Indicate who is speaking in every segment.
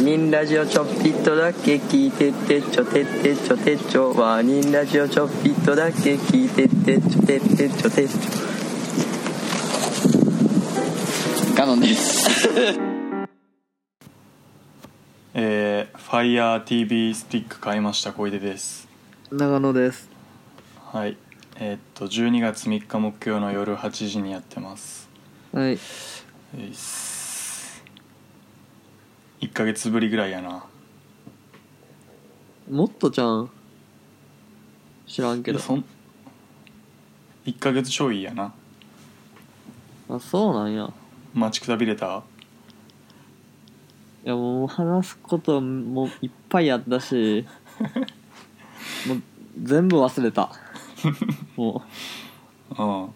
Speaker 1: 人ラジオちょっぴっとだけ聞いてってちょてってちょてちょワーニンラジオちょっぴっとだけ聞いてってちょてってちょてちょ
Speaker 2: ガノンです
Speaker 3: えー、FireTV スティック買いました小出です
Speaker 1: 長野です
Speaker 3: はいえーっと12月3日木曜の夜8時にやってます
Speaker 1: はい
Speaker 3: えいっす1ヶ月ぶりぐらいやな
Speaker 1: もっとちゃん知らんけ
Speaker 3: い
Speaker 1: ど
Speaker 3: やそん1ヶ月ちょいやな
Speaker 1: あそうなんや
Speaker 3: 待ちくたびれた
Speaker 1: いやもう話すこともいっぱいあったし もう全部忘れたも
Speaker 3: うん
Speaker 1: う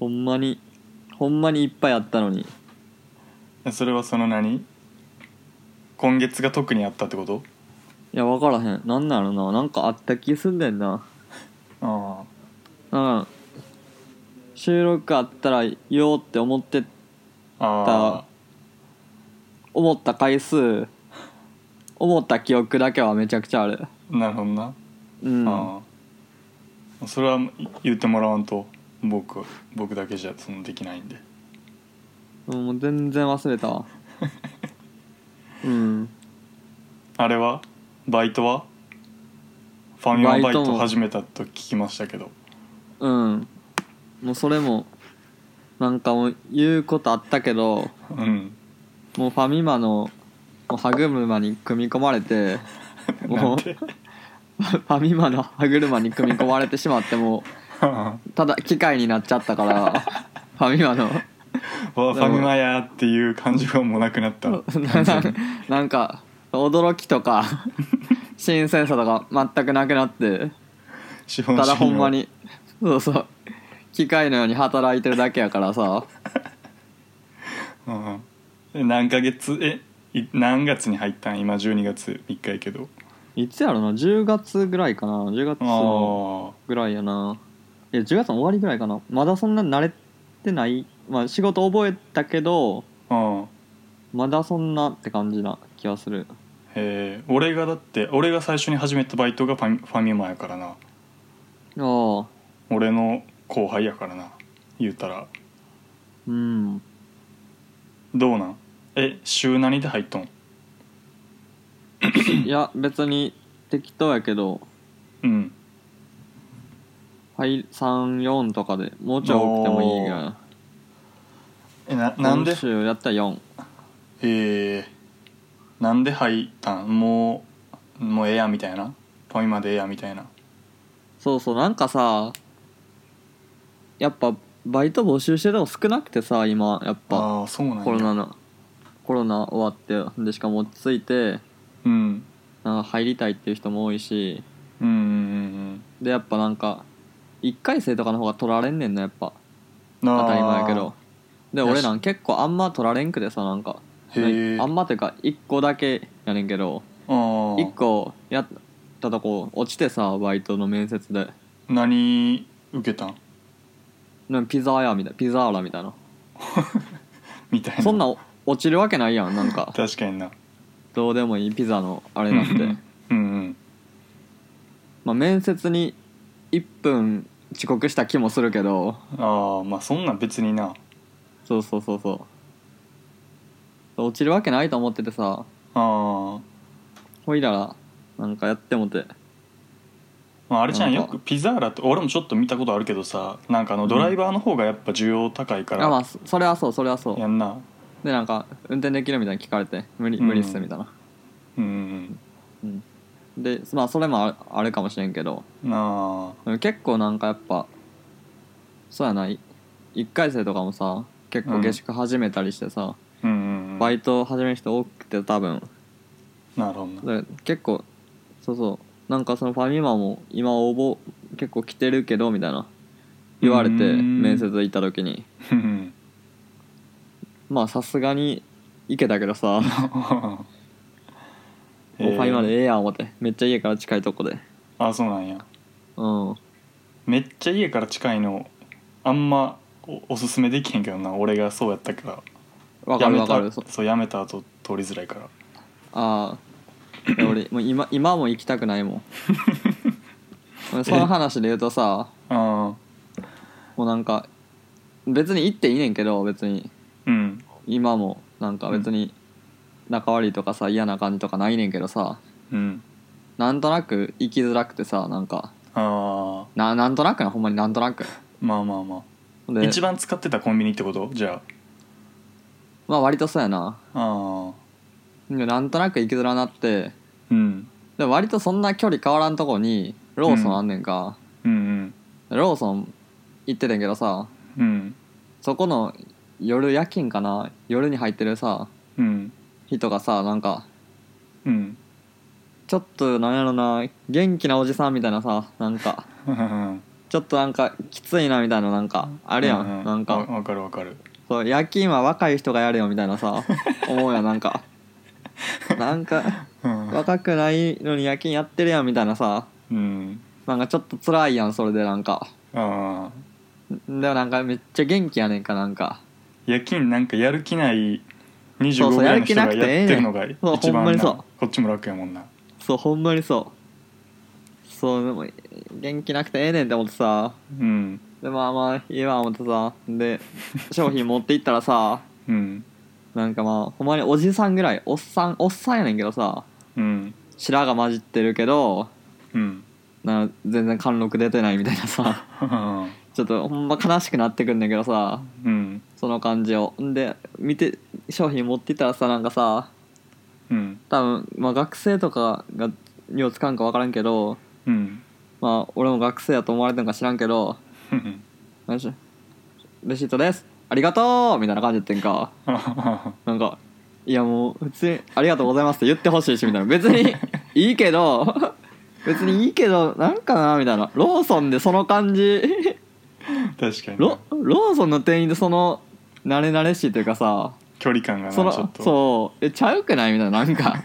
Speaker 1: ほんまにほんまにいっぱいあったのに
Speaker 3: えそれはその何今月が特にあったってこと
Speaker 1: いや分からへんなんなのななんかあった気すんねんな
Speaker 3: あ
Speaker 1: うん収録あったら言おうって思って
Speaker 3: ああ
Speaker 1: 思った回数思った記憶だけはめちゃくちゃある
Speaker 3: あなるほどな、
Speaker 1: うん
Speaker 3: ああそれはい言ってもらわんと僕僕だけじゃそのできないんで
Speaker 1: もう全然忘れたわうん
Speaker 3: あれはバイトはファミマバ
Speaker 1: バイ
Speaker 3: イ
Speaker 1: トも
Speaker 3: ト始めたと聞きました けど
Speaker 1: うんもうそれもなんかもう言うことあったけど
Speaker 3: うん
Speaker 1: もうファミマのもう歯車に組み込まれて
Speaker 3: な
Speaker 1: も
Speaker 3: ん
Speaker 1: う
Speaker 3: て
Speaker 1: ファミマの歯車に組み込まれてしまっても
Speaker 3: わ
Speaker 1: うただ機械になっちゃったから ファミマの
Speaker 3: ファミマやっていう感じがもうなくなった
Speaker 1: なな なんか驚きとか新鮮さとか全くなくなって
Speaker 3: 資
Speaker 1: た
Speaker 3: 本主
Speaker 1: だ
Speaker 3: 義
Speaker 1: ほんま
Speaker 3: の
Speaker 1: にそうそう機械のように働いてるだけやからさ
Speaker 3: うんえ何ヶ月えい何月に入ったん今12月3日やけど
Speaker 1: いつやろな10月ぐらいかな10月
Speaker 3: あ
Speaker 1: の
Speaker 3: あ
Speaker 1: ぐらいやないや10月の終わりぐらいかなまだそんな慣れてないまあ仕事覚えたけど
Speaker 3: うん
Speaker 1: まだそんなって感じな気がする
Speaker 3: えー俺がだって俺が最初に始めたバイトがファミファミマやからな
Speaker 1: ああ
Speaker 3: 俺の後輩やからな言うたら
Speaker 1: うん
Speaker 3: どうなんえ週何で入っとん
Speaker 1: いや別に適当やけど
Speaker 3: うん
Speaker 1: はい、34とかでもうちょい多くてもいいぐらいな
Speaker 3: えななんで
Speaker 1: 今週やったら4
Speaker 3: えー、なんで入ったんもうもうええやみたいなファミマでええやみたいな
Speaker 1: そうそうなんかさやっぱバイト募集してても少なくてさ今やっぱ
Speaker 3: ああーそうなんや
Speaker 1: コロナのコロナ終わってでしかも落ち着いて
Speaker 3: うん
Speaker 1: なんか入りたいっていう人も多いし
Speaker 3: うんうんうん
Speaker 1: でやっぱなんか1回生とかの方が取られんねんなやっぱ
Speaker 3: うんあー
Speaker 1: 当たり前やけどで
Speaker 3: よし
Speaker 1: 俺なん結構あんま取られんくてさなんか
Speaker 3: へえ
Speaker 1: あんまっていうか1個だけやねんけど
Speaker 3: あー
Speaker 1: 一個やったとこ落ちてさバイトの面接で
Speaker 3: 何受けたん
Speaker 1: なんかピザ屋みたいピザーラみたいな
Speaker 3: みたいな
Speaker 1: そんなん落ちるわけないやんなんか
Speaker 3: 確かにな
Speaker 1: どうでもいいピザのあれなん
Speaker 3: う
Speaker 1: て
Speaker 3: んうん
Speaker 1: まあ面接に1分遅刻した気もするけど
Speaker 3: ああまあそんなん別にな
Speaker 1: そうそうそうそう落ちるわけないと思っててさ
Speaker 3: ああ
Speaker 1: ほいだらなんかやってもて
Speaker 3: まあ、あれじゃん
Speaker 1: なん
Speaker 3: よ
Speaker 1: か
Speaker 3: くピザーラって俺もちょっと見たことあるけどさなんかあのドライバーの方がやっぱ需要高いか
Speaker 1: あま
Speaker 3: ら
Speaker 1: あそそれはそうそれはそう
Speaker 3: やんな
Speaker 1: でなんか運転できるみたいに聞かれて無理無理っすみたいな、
Speaker 3: うん
Speaker 1: でまあそれもあるあるかもしれんけど
Speaker 3: うんな
Speaker 1: でも結構なんかやっぱそうやない1回生とかもさ結構下宿始めたりしてさ、
Speaker 3: あうんうんうん
Speaker 1: バイト始める人多くて多分
Speaker 3: なるほどな
Speaker 1: だから結構そうそうなんかそのファミマも今応募結構来てるけどみたいな言われ
Speaker 3: う
Speaker 1: て
Speaker 3: ーん
Speaker 1: 面接行った時に
Speaker 3: うん
Speaker 1: まあさすがに行けたけど さ、
Speaker 3: え
Speaker 1: もうファミマで
Speaker 3: ー
Speaker 1: ええやん思ってめっちゃ家から近いとこで
Speaker 3: あそうなんや
Speaker 1: うん
Speaker 3: めっちゃ家から近いのあんまおおすすめできへんけどな俺がそうやったから
Speaker 1: わかる
Speaker 3: やめ
Speaker 1: わ
Speaker 3: た
Speaker 1: かるそ
Speaker 3: そうやめた後通りづらいから
Speaker 1: ああいや俺もう今今も行きたくないもん 俺その話で言うとさ
Speaker 3: ああ
Speaker 1: もうなんか別に行っていいねんけど別に
Speaker 3: うん
Speaker 1: 今もなんか別に仲悪いとかさ嫌な感じとかないねんけどさ
Speaker 3: うん
Speaker 1: なんとなく行きづらくてさなんか
Speaker 3: ああ
Speaker 1: ななんとなくなほんまになんとなく
Speaker 3: まあまあまあ
Speaker 1: で
Speaker 3: 一番使ってたコンビニってことじゃ
Speaker 1: まあ割とそうやな
Speaker 3: あああ
Speaker 1: でなんとなく行きづらなって
Speaker 3: うん
Speaker 1: でも割とそんな距離変わらんとこにローソンあんねんか、
Speaker 3: うん
Speaker 1: ローソン行っててんけどさ
Speaker 3: うんうん
Speaker 1: そこの夜夜勤かな夜に入ってるさ
Speaker 3: うん
Speaker 1: 人がさなんか
Speaker 3: うん
Speaker 1: ちょっとなんやろな元気なおじさんみたいなさなんか
Speaker 3: うん
Speaker 1: ちょっとなんかきついなみたいななんかあるやん、
Speaker 3: う
Speaker 1: なん
Speaker 3: わ
Speaker 1: か
Speaker 3: わかるわかる
Speaker 1: そう夜勤は若い人がやれよみたいなさ思うやんなんかなんか
Speaker 3: うん
Speaker 1: 若くないのに夜勤やってるやんみたいなさ
Speaker 3: うん
Speaker 1: なんかちょっと辛いやんそれでなんか
Speaker 3: ああ
Speaker 1: でもなんかめっちゃ元気やねんかなんか
Speaker 3: 夜勤なんかやる気ない
Speaker 1: そう
Speaker 3: 25
Speaker 1: そう
Speaker 3: ぐらいの人
Speaker 1: や
Speaker 3: が
Speaker 1: る気なくてえ
Speaker 3: や
Speaker 1: えね
Speaker 3: っ
Speaker 1: ん
Speaker 3: てるのが
Speaker 1: そうほ
Speaker 3: 一
Speaker 1: んま
Speaker 3: 番
Speaker 1: に
Speaker 3: な
Speaker 1: そう
Speaker 3: こっちも楽やもんな
Speaker 1: そうほんまにそうそうでも元気なくてええねんって思ってさ
Speaker 3: うん
Speaker 1: でまあまあいいわ思ってさで商品持っていったらさ
Speaker 3: うん
Speaker 1: なんかまあほんまにおじさんぐらいおっさんおっさんやねんけどさ
Speaker 3: うん
Speaker 1: 白が混じってるけど
Speaker 3: うん
Speaker 1: な全然貫禄出てないみたいなさちょっとほんま悲しくなってくんねんけどさ
Speaker 3: うん
Speaker 1: その感じをんで見て商品持っていったらさなんかさ
Speaker 3: うん
Speaker 1: 多分、まあ、学生とかがにをつかんか分からんけど
Speaker 3: うん
Speaker 1: まあ俺も学生やと思われてんか知らんけど
Speaker 3: うん
Speaker 1: 何しレシートですありがとうみたいな感じやってんかなんかいやもう普通に「ありがとうございます」って言ってほしいしみたいな別にいいけど 別にいいけどなんかなみたいなローソンでその感じ
Speaker 3: 確かに
Speaker 1: ロローソンの店員でその慣れ慣れしいというかさ
Speaker 3: 距離感がなち
Speaker 1: そ
Speaker 3: ょ
Speaker 1: の
Speaker 3: っと
Speaker 1: そうえちゃうくないみたいななんか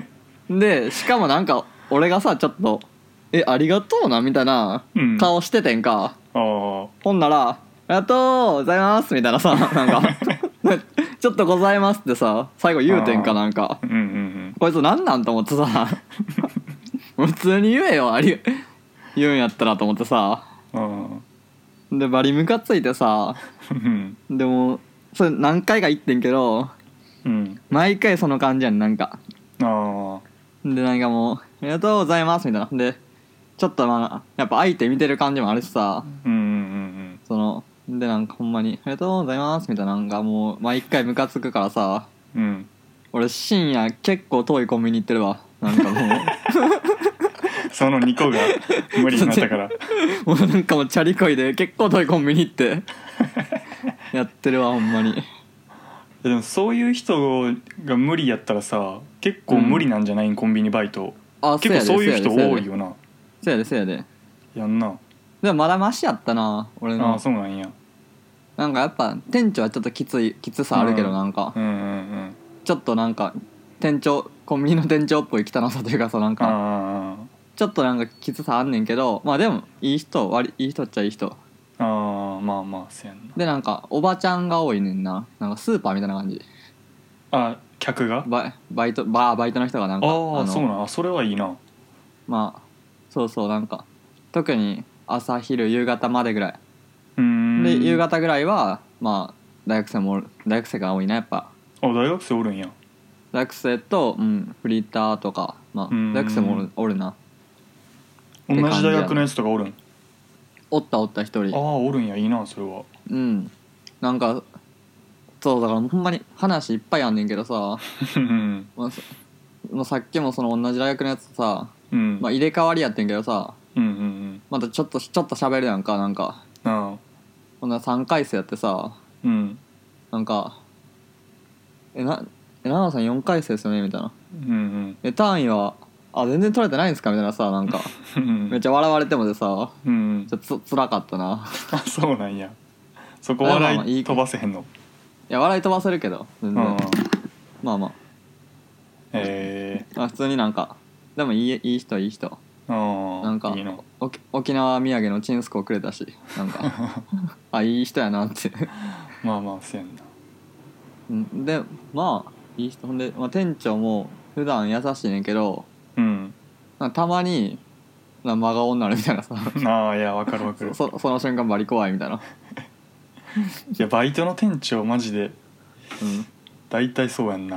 Speaker 1: でしかもなんか俺がさちょっと「えありがとうな」みたいな
Speaker 3: うん
Speaker 1: 顔しててんか、
Speaker 3: あ
Speaker 1: ほんなら「ありがとうございます」みたいなさなん か「ちょっとございます」ってさ最後言うてんか
Speaker 3: あー
Speaker 1: なんか
Speaker 3: あうんうん
Speaker 1: こいつなんなんと思ってさ普通に言えよあり言うんやったらと思ってさ
Speaker 3: うんあ
Speaker 1: でバリムカついてさ
Speaker 3: あうん
Speaker 1: でもそれ何回か言ってんけど
Speaker 3: うん
Speaker 1: 毎回その感じやんなんか
Speaker 3: あ
Speaker 1: でなんかもう「ありがとうございます」みたいなでちょっとまあやっぱ相手見てる感じもあるしさ
Speaker 3: あうんうん
Speaker 1: そのでなんかほんまに「ありがとうございます」みたいななんかもう毎回ムカつくからさ
Speaker 3: うんうん
Speaker 1: 俺深夜結構遠いコンビニ行ってるわなんかも
Speaker 3: その2個が無理になった から
Speaker 1: うもうなんかもうチャリこいで結構遠いコンビニ行って やってるわほんまに
Speaker 3: でもそういう人が無理やったらさ結構無理なんじゃないコンビニバイト
Speaker 1: あ
Speaker 3: 結構そういう人多いよな
Speaker 1: そうやでそうやで
Speaker 3: やんな
Speaker 1: でもまだマシやったな俺
Speaker 3: あ
Speaker 1: の
Speaker 3: あそうなんや
Speaker 1: なんかやっぱ店長はちょっときついきつさあるけど
Speaker 3: うん
Speaker 1: なんか
Speaker 3: うんうんうん
Speaker 1: ちょっとなんか店長コンビニの店長っぽい汚さというかさなんか
Speaker 3: あ
Speaker 1: ちょっとなんかきつさあんねんけどまあでもいい人割いい人っちゃいい人
Speaker 3: あああまあまあせやんな
Speaker 1: でなんかおばちゃんが多いねんななんかスーパーみたいな感じ
Speaker 3: あ客が
Speaker 1: バイバイトバーバイトの人がなんか
Speaker 3: ああ
Speaker 1: の
Speaker 3: そうなんあそれはいいな
Speaker 1: まあそうそうなんか特に朝昼夕方までぐらいう
Speaker 3: ーん
Speaker 1: で夕方ぐらいはまあ大学生もおる大学生が多いなやっぱ
Speaker 3: あ大学生おるんや
Speaker 1: 大学生と、うん、フリーターとか、まあ、
Speaker 3: うん
Speaker 1: 大学生もおるおるな
Speaker 3: 同
Speaker 1: じ
Speaker 3: じ
Speaker 1: やな
Speaker 3: 大学のやつとかおるん
Speaker 1: おったおった一
Speaker 3: ああ
Speaker 1: 人
Speaker 3: おるんやいいなそれは
Speaker 1: うんなんかそうだからほんまに話いっぱいあんねんけどさ、
Speaker 3: うん
Speaker 1: まあそまあ、さっきもその同じ大学のやつとさ、
Speaker 3: うん
Speaker 1: まあ、入れ替わりやってんけどさ
Speaker 3: うんうんうん
Speaker 1: またちょっとちょっと喋るやんかなんか
Speaker 3: ああ
Speaker 1: こんな3回生やってさ
Speaker 3: うん
Speaker 1: なんか「えなえ奈々さん4回生ですよね」みたいな
Speaker 3: うん
Speaker 1: 「え単位はあ全然取れてないんですか?」みたいなさなん か
Speaker 3: うんうん
Speaker 1: めっちゃ笑われてもでさ
Speaker 3: うん
Speaker 1: ちょっとつ辛かったな
Speaker 3: あそうなんやそこ
Speaker 1: あまあまあい
Speaker 3: 笑
Speaker 1: い
Speaker 3: い飛ばせへんの
Speaker 1: いや笑い飛ばせるけど全
Speaker 3: う
Speaker 1: 然
Speaker 3: ん
Speaker 1: まあま
Speaker 3: ええ
Speaker 1: ああ普通になんかでもいいいい人いい人
Speaker 3: ああ
Speaker 1: なんか
Speaker 3: いいな
Speaker 1: おき沖縄土産のチンスコをくれたしなん かあいい人やなって
Speaker 3: まあまあせやんな
Speaker 1: うんでまあいい人ほんで、まあ、店長も普段優しいねんけど
Speaker 3: うん
Speaker 1: なんかたまになんか真顔になるみたいな さ
Speaker 3: ああいやわかるわか る
Speaker 1: そそその瞬間バリ怖いみたいな、
Speaker 3: いやバイトの店長マジで
Speaker 1: うん、
Speaker 3: 大体そうやんな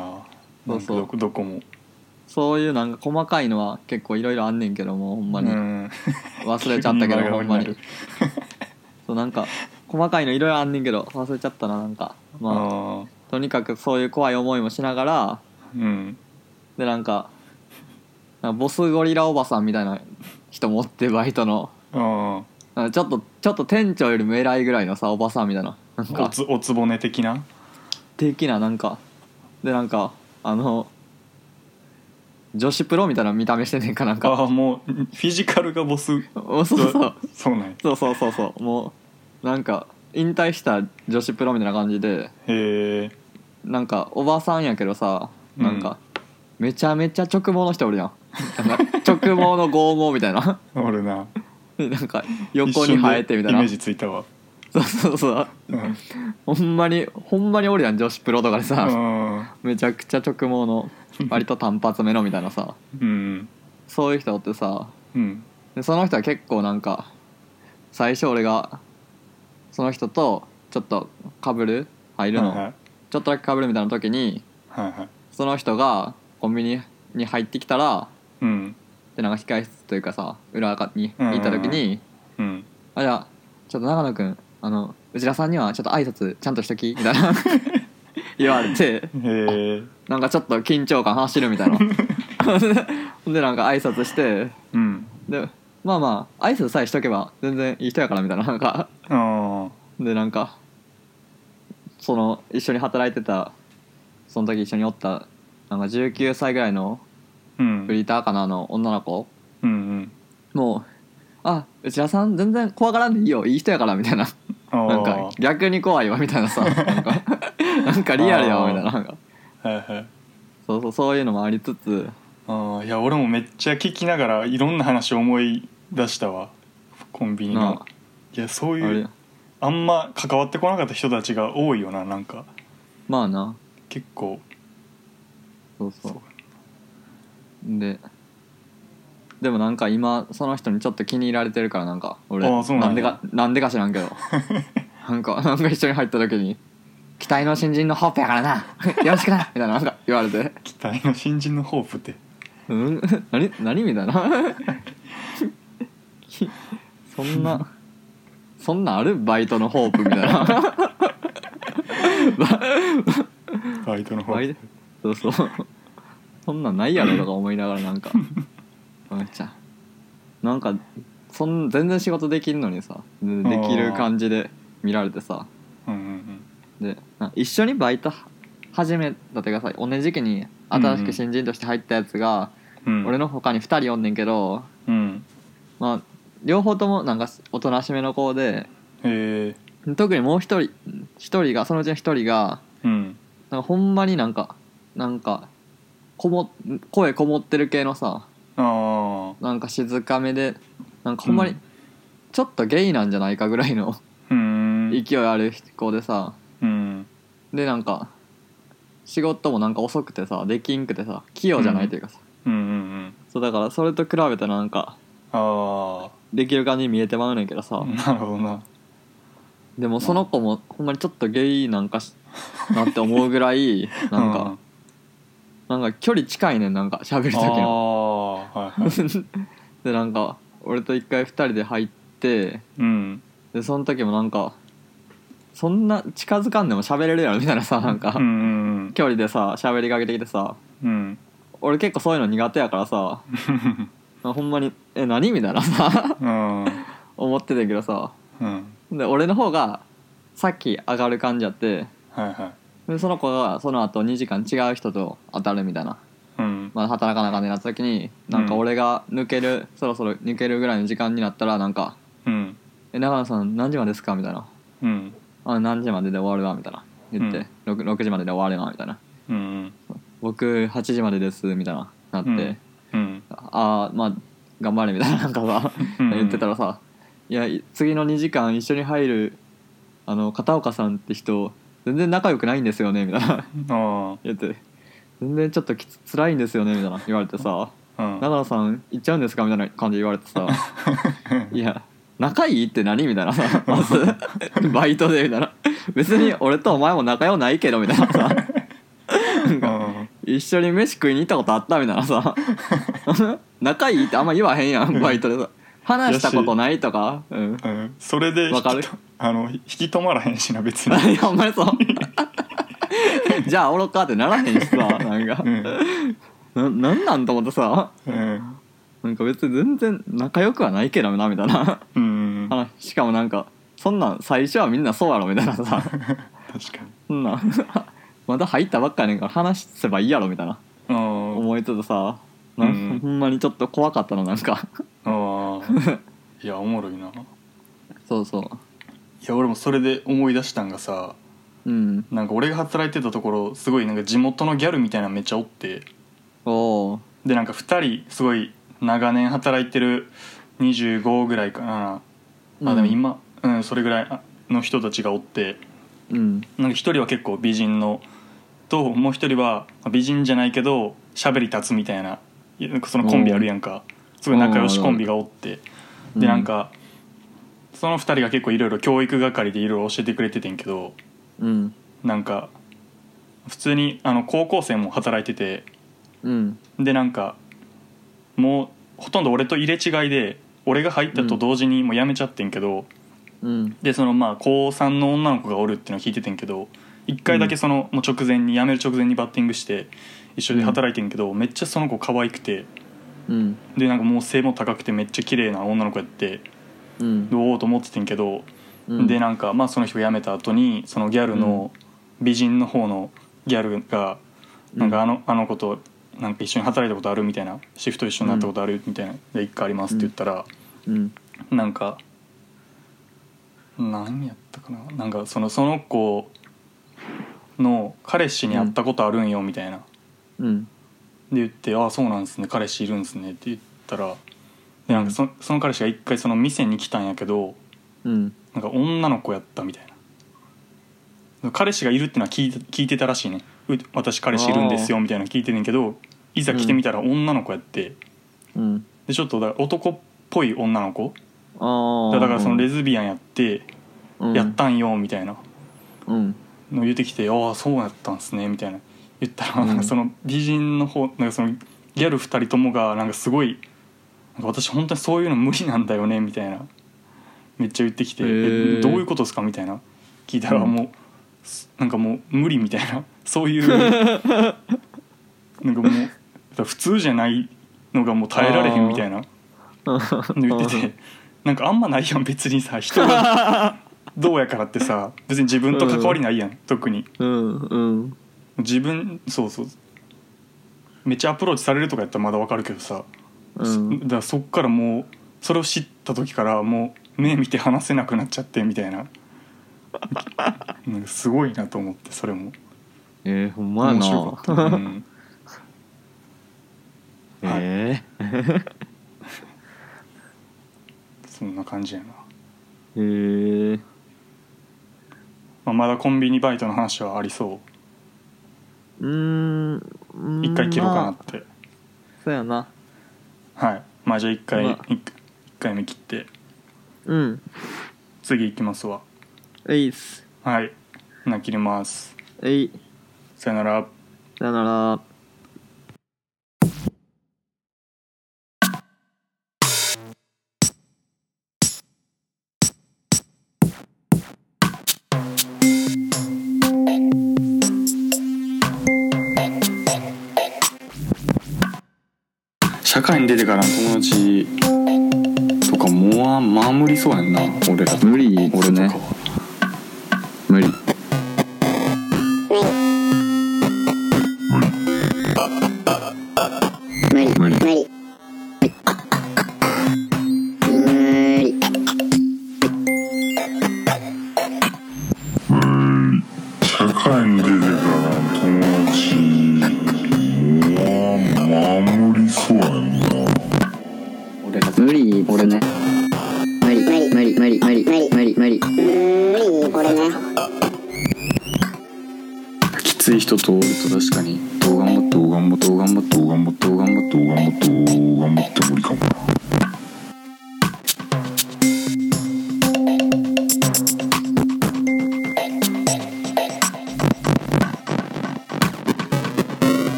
Speaker 1: そうそう
Speaker 3: なんかどどこも
Speaker 1: そういうなんか細かいのは結構いろいろあんねんけどもほんまに、
Speaker 3: うん
Speaker 1: 忘れちゃ ったけ
Speaker 3: 急に
Speaker 1: どほ
Speaker 3: 真顔
Speaker 1: ん
Speaker 3: に
Speaker 1: ま
Speaker 3: な
Speaker 1: に
Speaker 3: る
Speaker 1: そうなんか細かいのいろいろあんねんけど忘れちゃったななんかまあ
Speaker 3: あ
Speaker 1: とにかくそういう怖い思いもしながら
Speaker 3: あうん
Speaker 1: でなんかなんかボスゴリラおばさんみたいな人もおってバイトの
Speaker 3: あ
Speaker 1: なんかちょっとちょっと店長よりも偉いぐらいのさおばさんみたいななん
Speaker 3: あお
Speaker 1: か
Speaker 3: つおつぼね的な
Speaker 1: 的ななんかでなんかあの女子プロみたいな見た目してんねんかなんか
Speaker 3: ああもうフィジカルがボス
Speaker 1: おそうそう
Speaker 3: そうなんや
Speaker 1: そうそうそうそうもうなんか引退した女子プロみたいな感じで
Speaker 3: へえ
Speaker 1: なんかおばさんやけどさ
Speaker 3: うん
Speaker 1: なんか、めちゃめちゃ直毛の人おるやんなんか直毛の剛毛みたいな
Speaker 3: 俺な
Speaker 1: でなんか横に生えてみたい
Speaker 3: 一瞬でイメ
Speaker 1: な
Speaker 3: ージついたわ
Speaker 1: そうそうそう
Speaker 3: うん
Speaker 1: ほんまにほんまにおるやん女子プロとかでさ、
Speaker 3: あ
Speaker 1: めちゃくちゃ直毛の割と単発目のみたいなさ
Speaker 3: ーうん
Speaker 1: そういう人おってさ
Speaker 3: うん
Speaker 1: でその人は結構なんか最初俺がその人とちょっとかぶる入るの、
Speaker 3: はいはい
Speaker 1: ちょっとだけかぶるみたいな時に
Speaker 3: はいはい
Speaker 1: その人がコンビニに入ってきたら
Speaker 3: うん
Speaker 1: でなんか控室というかさ裏側に行った時に
Speaker 3: うん
Speaker 1: 「あじゃあちょっと長野くんあの内田さんにはちょっと挨拶ちゃんとしとき」みたいな言われて
Speaker 3: へえ
Speaker 1: なんかちょっと緊張感走るみたいなほんでなんか挨拶して
Speaker 3: うん
Speaker 1: でまあまあ挨拶さえしとけば全然いい人やからみたいななんか
Speaker 3: あ
Speaker 1: でなんかその一緒に働いてたその時一緒におったなんか19歳ぐらいの
Speaker 3: あうん
Speaker 1: フリーターかなの女の子
Speaker 3: うんうん
Speaker 1: もう「あ内田さん全然怖がらんでいいよいい人やから」みたいな
Speaker 3: あ
Speaker 1: なんか逆に怖いわみたいなさなんかなんかリアルやわみたいななんか
Speaker 3: あはいはい
Speaker 1: そうそうそういうのもありつつ
Speaker 3: あーいや俺もめっちゃ聞きながらいろんな話思い出したわコンビニ
Speaker 1: な
Speaker 3: のいやそう
Speaker 1: あ
Speaker 3: い
Speaker 1: れ
Speaker 3: うあんま関わってこなかった人たちが多いよななんか
Speaker 1: まあな
Speaker 3: 結構
Speaker 1: そうそうででもなんか今その人にちょっと気に入られてるからなんか俺
Speaker 3: ああそうなん
Speaker 1: で
Speaker 3: や
Speaker 1: かなんでか知らん けどなんかなんか一緒に入った時に「期待の新人のホープやからな よろしくな」みたいななんか言われて
Speaker 3: 期待の新人のホープって
Speaker 1: 「うん何何?」みたいなき そんなそんなんあるバイトのホープみたいな
Speaker 3: バイトのホ
Speaker 1: バイ
Speaker 3: ー
Speaker 1: トそうそうそんなんないやろとか思いながらなんかめっちゃなんかそん全然仕事できるのにさでできる感じで見られてさ
Speaker 3: プうんうん
Speaker 1: でな一緒にバイトは始めたというかさ同じ時期に新しく新人として入ったやつが、
Speaker 3: うんうん
Speaker 1: 俺の他に2人おんねんけど、
Speaker 3: うん
Speaker 1: まあ、両方ともなんかおとなしめの子で
Speaker 3: へえ
Speaker 1: 特にもう1人一人がそのうちの1人が
Speaker 3: うん
Speaker 1: なんかほんまになんかなんかこも声こもってる系のさ
Speaker 3: ああ
Speaker 1: なんか静かめでなんかほんま
Speaker 3: う
Speaker 1: に
Speaker 3: ん
Speaker 1: ちょっとゲイなんじゃないかぐらいの
Speaker 3: うーん
Speaker 1: 勢いある子でさ
Speaker 3: うん
Speaker 1: でなんか仕事もなんか遅くてさできんくてさ器用じゃないというかさ、
Speaker 3: うんうんうん
Speaker 1: そうだからそれと比べたらなんか
Speaker 3: あ
Speaker 1: できる感じに見えてまうねんけどさ、
Speaker 3: あなるほどな
Speaker 1: でもその子もほんまにちょっとゲイなんかしなって思うぐらいなんか、なんか距離近いねんなんか喋る
Speaker 3: うん
Speaker 1: 時
Speaker 3: あ
Speaker 1: の。
Speaker 3: あはいはい
Speaker 1: でなんか俺と一回二人で入って
Speaker 3: うん
Speaker 1: でその時もなんかそんな近づかんでも喋れるやろみたいなさなんか、
Speaker 3: うんうん
Speaker 1: 距離でさ喋りかけてきてさ
Speaker 3: うんうん
Speaker 1: 俺結構そういうの苦手やからさほんまに「え何?」みたいなさ
Speaker 3: うん
Speaker 1: 思ってたけどさ
Speaker 3: うん
Speaker 1: で俺の方がさっき上がる感じやって
Speaker 3: はいはい
Speaker 1: でその子がその後2時間違う人と当たるみたいな、
Speaker 3: うん
Speaker 1: まあ、働かなあかんねんなった時になんか
Speaker 3: うん
Speaker 1: 俺が抜ける、そろそろ抜けるぐらいの時間になったらなんか
Speaker 3: うん
Speaker 1: 「え長野さん何時までですか?」みたいな
Speaker 3: うん
Speaker 1: 「あ何時までで終わるわ」みたいな言って、六六 6, 時までで終わるわ」みたいな
Speaker 3: うん
Speaker 1: 「僕8時までです」みたいななって、
Speaker 3: うんうん
Speaker 1: ああまあ頑張れみたいななんかさ
Speaker 3: うん
Speaker 1: 言ってたらさ「いやい次の2時間一緒に入るあの片岡さんって人全然仲良くないんですよね」みたいな
Speaker 3: あ
Speaker 1: 言って「全然ちょっときつ辛いんですよねみたいな言われてさ
Speaker 3: うん
Speaker 1: 長野さん行っちゃうんですかみたいな感じで言われて さいや仲いいって何みたいなさまずバイトでみたいな別に俺とお前も仲良ないけどみたいなさなんか
Speaker 3: うん
Speaker 1: 一緒に飯食いに行ったことあったみたいなさ 仲いいってあんま言わへんやんバイトでさ話したことないとかうん
Speaker 3: うんそれで引き
Speaker 1: わかる
Speaker 3: とあの引き止まらへんしな別に
Speaker 1: いやお前そう じゃあおろかってならへんしさなんか、
Speaker 3: うん
Speaker 1: ななんなんと思ってさ
Speaker 3: うん
Speaker 1: なんか別に全然仲良くはないけどなみたいな
Speaker 3: うん
Speaker 1: 話しかもなんかそんなん最初はみんなそうやろみたいな さ
Speaker 3: 確かに
Speaker 1: そんなん まだ入ったばっかやねんから話せばいいやろみたいな
Speaker 3: うん
Speaker 1: 思えててさなんか
Speaker 3: うん
Speaker 1: ほんまにちょっと怖かったのなん か
Speaker 3: ああいやおもろいない
Speaker 1: そうそう
Speaker 3: や俺もそれで思い出したんがさ
Speaker 1: うん
Speaker 3: なんか俺が働いてたところすごいなんか地元のギャルみたいなのめっちゃおって
Speaker 1: おお
Speaker 3: でなんか2人すごい長年働いてる25ぐらいかな、あでも今、うん、それぐらいの人たちがおって
Speaker 1: うん
Speaker 3: なんか1人は結構美人のともう1人は美人じゃないけど喋り立つみたいないやなんかそのコンビあるやんかすごい仲良しコンビがおって
Speaker 1: うん
Speaker 3: でなんかその2人が結構いろいろ教育係でいろいろ教えてくれててんけど
Speaker 1: うん
Speaker 3: なんか普通にあの高校生も働いてて
Speaker 1: うん
Speaker 3: でなんかもうほとんど俺と入れ違いで俺が入ったと同時にもう辞めちゃってんけど、
Speaker 1: うん
Speaker 3: でそのまあ高3の女の子がおるっていうのを聞いててんけど一回だけその、もう直前に辞める直前にバッティングして一緒で働いてんけど、めっちゃその子可愛くて
Speaker 1: うん
Speaker 3: でなんかもう背も高くてめっちゃ綺麗な女の子やって
Speaker 1: うん
Speaker 3: どうと思っててんけど、
Speaker 1: うん
Speaker 3: でなんかまあその人が辞めた後にそのギャルの美人の方のギャルがなんかあの,、あの子となんか一緒に働いたことあるみたいなシフト一緒になったことあるみたいな「で一回あります」って言ったら、
Speaker 1: うん
Speaker 3: なんか何やったかななんかそのその子の彼氏に会ったことあるんよみたいな、
Speaker 1: うん
Speaker 3: で言って「ああそうなんですね彼氏いるんですね」って言ったらでなんかそその彼氏が一回その店に来たんやけど
Speaker 1: うん
Speaker 3: なんか女の子やったみたいな彼氏がいるってのは聞いて聞いてたらしいねう「私彼氏いるんですよ」みたいなの聞いてんねんけどいざ来てみたら女の子やって、
Speaker 1: うん
Speaker 3: でちょっとだから男っぽい女の子
Speaker 1: ああ
Speaker 3: だからそのレズビアンやって「やったんよ」みたいな
Speaker 1: うん
Speaker 3: の言ってきて「ああそうやったんですね」みたいな言ったら、
Speaker 1: うん
Speaker 3: なんかその美人の方なんかそのギャル2人ともがなんかすごい「なんか私本当にそういうの無理なんだよね」みたいなめっちゃ言ってきて「
Speaker 1: へー
Speaker 3: えどういうことですか?」みたいな聞いたら
Speaker 1: うん
Speaker 3: もう、すなんかもう無理みたいな そういうなんかもうだから普通じゃないのがもう耐えられへんみたいなの言っててなんかあんまないやん別にさ人が。どうやからってさ別に自分と関わりないやん、特に
Speaker 1: うんうん
Speaker 3: 自分そうそうめっちゃアプローチされるとかやったらまだわかるけどさ、
Speaker 1: うん
Speaker 3: だからそっからもうそれを知った時からもう目見て話せなくなっちゃってみたいな なんかすごいなと思ってそれも
Speaker 1: えー、ほんまや
Speaker 3: 面
Speaker 1: な
Speaker 3: 白かった、うん、た
Speaker 1: えー、
Speaker 3: そんな感じやな、
Speaker 1: えー、
Speaker 3: まあ、まだコンビニバイトの話はありそう
Speaker 1: ー
Speaker 3: うん一回切ろうかな
Speaker 1: ま
Speaker 3: っ
Speaker 1: あ
Speaker 3: て、
Speaker 1: そうやな
Speaker 3: はいまあじゃあ一回、
Speaker 1: まあ
Speaker 3: 一一回目切って
Speaker 1: うん
Speaker 3: 次行きますわ
Speaker 1: えいっす
Speaker 3: はいほな切ります
Speaker 1: えい
Speaker 3: さよなら
Speaker 1: さよなら
Speaker 3: 社会に出てからの友達とかもうまあ無理そうやんな俺ら
Speaker 1: 無理っすね無理
Speaker 2: 社会に出てから友
Speaker 4: 無理無理無理無理
Speaker 2: 達は守りそうやんな
Speaker 5: 無理俺ね
Speaker 4: 無理無理無理無理無理無理無理無理無理これね
Speaker 3: きつい人とおると確かにどう頑張って
Speaker 2: 張っと頑張っと頑張っと頑張っと頑張っと頑張って無理かもな